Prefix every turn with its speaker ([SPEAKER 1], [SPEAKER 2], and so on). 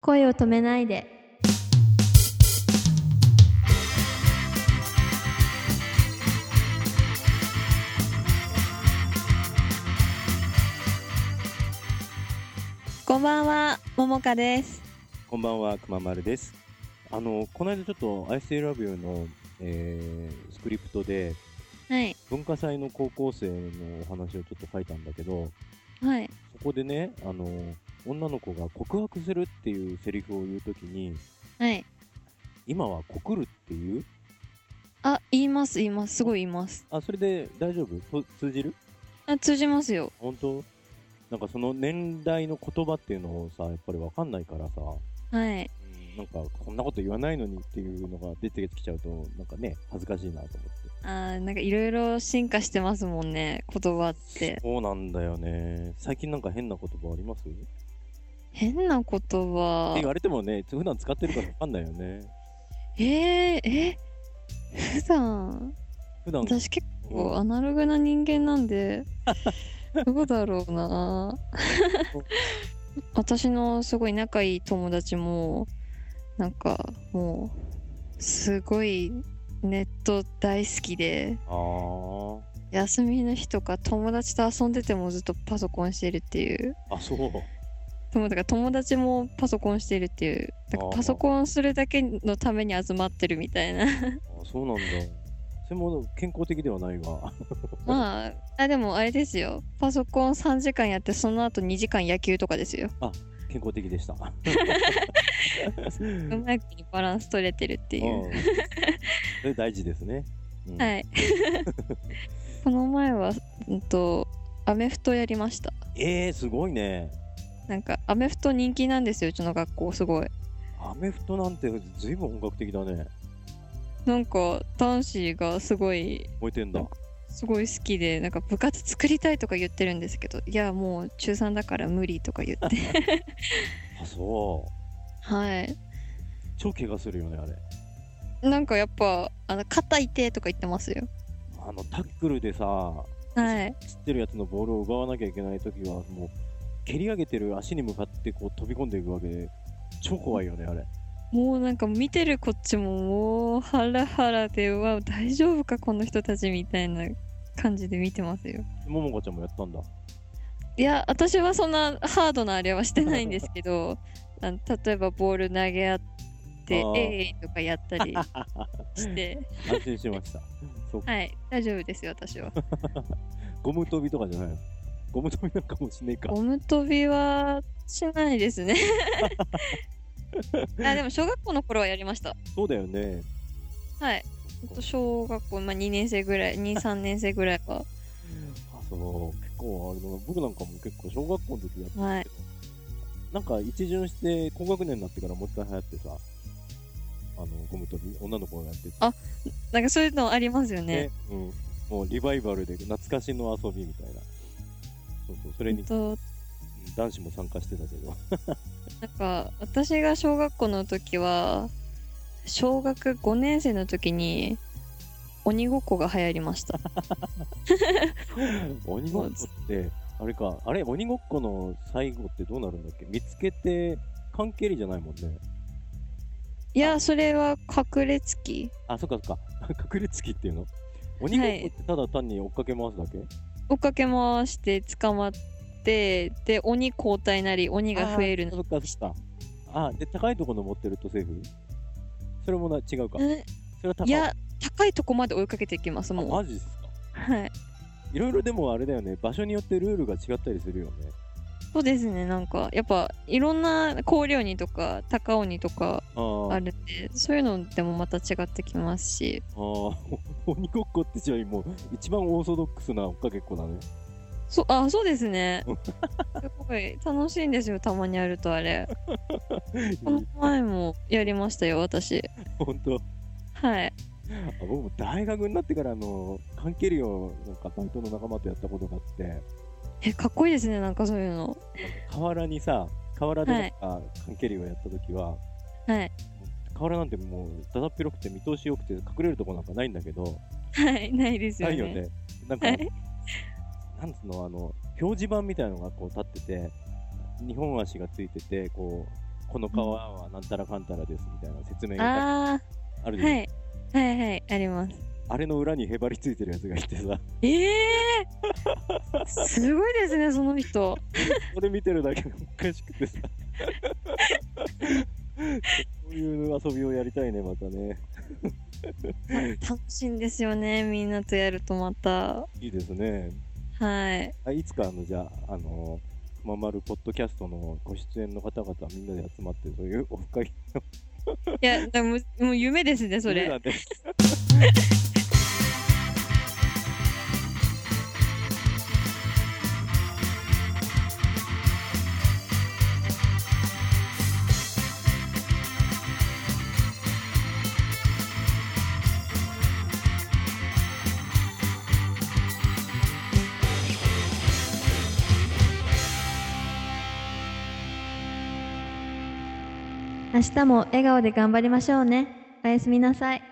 [SPEAKER 1] 声を止めないで。
[SPEAKER 2] こんばんは、ももかです。
[SPEAKER 3] こんばんは、くままるです。あの、この間ちょっと I Still Love You の、えースクリプトで、
[SPEAKER 2] はい、
[SPEAKER 3] 文化祭の高校生のお話をちょっと書いたんだけど、
[SPEAKER 2] はい、
[SPEAKER 3] そこでね、あの、女の子が告白するっていうセリフを言うときに、
[SPEAKER 2] はい。
[SPEAKER 3] 今は告るっていう
[SPEAKER 2] あ、言います、言います、すごい言います。
[SPEAKER 3] あ、それで大丈夫と通じる
[SPEAKER 2] あ、通じますよ。
[SPEAKER 3] 本当なんかその年代の言葉っていうのをさ、やっぱりわかんないからさ、
[SPEAKER 2] はい、
[SPEAKER 3] うんなんかこんなこと言わないのにっていうのが出てきちゃうと、なんかね、恥ずかしいなと思って。
[SPEAKER 2] あーなんかいろいろ進化してますもんね、言葉って。
[SPEAKER 3] そうなんだよね。最近なんか変な言葉ありますって
[SPEAKER 2] 変な言葉
[SPEAKER 3] 言。われてもね、普段使ってるからわかんないよね。
[SPEAKER 2] えー、え、 普段、
[SPEAKER 3] 普段、
[SPEAKER 2] 私結
[SPEAKER 3] う
[SPEAKER 2] 構
[SPEAKER 3] ん
[SPEAKER 2] アナログな人間なんで、 どうだろうな。私のすごい仲いい友達も、なんかもう、すごいネット大好きで、
[SPEAKER 3] あー
[SPEAKER 2] 休みの日とか友達と遊んでてもずっとパソコンしてるっていう
[SPEAKER 3] あ、そう。
[SPEAKER 2] 友だから友達もパソコンしてるっていうだから
[SPEAKER 3] あー
[SPEAKER 2] パソコンするだけのために集まってるみたいな
[SPEAKER 3] あそうなんだ。それも健康的ではないが。
[SPEAKER 2] まああでもあれですよパソコン3時間やってその後2時間野球とかですよ
[SPEAKER 3] 健康的で した。
[SPEAKER 2] うまいことバランス取れてるっていう
[SPEAKER 3] うんそれ大事ですね。うん
[SPEAKER 2] はい この前はうんとアメフトやりました
[SPEAKER 3] えー、すごいね。
[SPEAKER 2] なんかアメフト人気なんですようちの学校すごい
[SPEAKER 3] アメフトなんてずいぶん本格的だね。
[SPEAKER 2] なんか男子がすごい
[SPEAKER 3] 燃えてんだ。
[SPEAKER 2] すごい好きでなんか部活作りたいとか言ってるんですけどいやもう中3だから無理とか言って
[SPEAKER 3] あ、そう。
[SPEAKER 2] はい
[SPEAKER 3] 超怪我するよね、あれ。
[SPEAKER 2] なんかやっぱあの肩痛いとか言ってますよ
[SPEAKER 3] あの、タックルでさ、
[SPEAKER 2] はい
[SPEAKER 3] 知ってるやつのボールを奪わなきゃいけないときは、もう、蹴り上げてる足に向かってこう飛び込んでいくわけで、超怖いよね、あれ。
[SPEAKER 2] もうなんか見てるこっちももうハラハラでうわ大丈夫かこの人たちみたいな感じで見てますよ
[SPEAKER 3] ももかちゃんもやったんだ。
[SPEAKER 2] いや私はそんなハードなあれはしてないんですけ どあの例えばボール投げ合って
[SPEAKER 3] あ
[SPEAKER 2] 「
[SPEAKER 3] ー
[SPEAKER 2] えい」とかやっ たりして
[SPEAKER 3] 安心しました。そう
[SPEAKER 2] はい大丈夫ですよ私は
[SPEAKER 3] ゴム跳びとかじゃないのゴム跳びなんかもしねえか。
[SPEAKER 2] ゴム跳びはしないです ねあでも小学校の頃はやりました
[SPEAKER 3] そうだよね。
[SPEAKER 2] はいほんと小学校、まあ、2年生ぐらい23年生ぐらいは
[SPEAKER 3] あ、そう。結構あれだな。僕なんかも結構小学校の時やったけど、
[SPEAKER 2] はい
[SPEAKER 3] なんか一巡して高学年になってからもう一回流行ってさ、あの、ゴム跳び、女の子がやってて
[SPEAKER 2] あなんかそういうのありますよね。
[SPEAKER 3] うん。もうリバイバルで懐かしの遊びみたいな。そうそう。それ
[SPEAKER 2] ほ
[SPEAKER 3] に
[SPEAKER 2] んと
[SPEAKER 3] 男子も参加してたけ ど。
[SPEAKER 2] なんか私が小学校の時は小学5年生の時に鬼ごっこが流行りました
[SPEAKER 3] 鬼ごっこって、あれか、あれ、鬼ごっこの最後ってどうなるんだっけ見つけて、関係りじゃないもんね。
[SPEAKER 2] いやそれは隠れつき
[SPEAKER 3] あ、そっかそっか。隠れつきっていうの鬼ごっこってただ単に追っかけ回すだけ、
[SPEAKER 2] 追っかけ回して捕まってで鬼交代なり鬼が増える
[SPEAKER 3] あーそっかそっか。あ、で、高いところ登ってるとセーフそれもな違うか。
[SPEAKER 2] え
[SPEAKER 3] それは高
[SPEAKER 2] いや高いとこまで追いかけていきます
[SPEAKER 3] あ
[SPEAKER 2] もう
[SPEAKER 3] マジっすか。
[SPEAKER 2] はい
[SPEAKER 3] いろいろでもあれだよね。場所によってルールが違ったりするよね。
[SPEAKER 2] そうですねなんかやっぱいろんな高陵鬼とか高鬼とか
[SPEAKER 3] あー
[SPEAKER 2] あるんでそういうのでもまた違ってきますし
[SPEAKER 3] あー、鬼ごっこってじゃあもう一番オーソドックスな追っかけっこだね。
[SPEAKER 2] そあそうですねすごい楽しいんですよたまにやるとあれこの前もやりましたよ私
[SPEAKER 3] 本当。
[SPEAKER 2] はい
[SPEAKER 3] あ僕も大学になってからあの関係るよなんかバイトの仲間とやったことがあって
[SPEAKER 2] えかっこいいですねなんかそういうの
[SPEAKER 3] 河原にさ河原でなんか関係るよやった時は、
[SPEAKER 2] はい
[SPEAKER 3] 河原なんてもうだだっ広くて見通しよくて隠れるとこなんかないんだけど
[SPEAKER 2] はいないですよ
[SPEAKER 3] な
[SPEAKER 2] ね
[SPEAKER 3] いよねなんか、
[SPEAKER 2] はい
[SPEAKER 3] なんつうのあの表示板みたいのがこう立ってて2本足がついててこうこの川はなんたらかんたらですみたいな説明が
[SPEAKER 2] あ
[SPEAKER 3] ある
[SPEAKER 2] ー
[SPEAKER 3] じゃん
[SPEAKER 2] はいはいはいあります
[SPEAKER 3] あれの裏にへばりついてるやつがいてさ、
[SPEAKER 2] ええ ー、すごいですねその人
[SPEAKER 3] それ見てるだけでおかしくてさ。そういう遊びをやりたいね、またね。
[SPEAKER 2] 楽しいんですよねみんなとやるとまた
[SPEAKER 3] いいですね。
[SPEAKER 2] はい
[SPEAKER 3] あいつかあの、じゃあ、あの、ままるポッドキャストのご出演の方々みんなで集まって、そういうオフ会
[SPEAKER 2] いやでももう夢ですねそれ
[SPEAKER 3] だね。
[SPEAKER 1] 明日も笑顔で頑張りましょうね。おやすみなさい。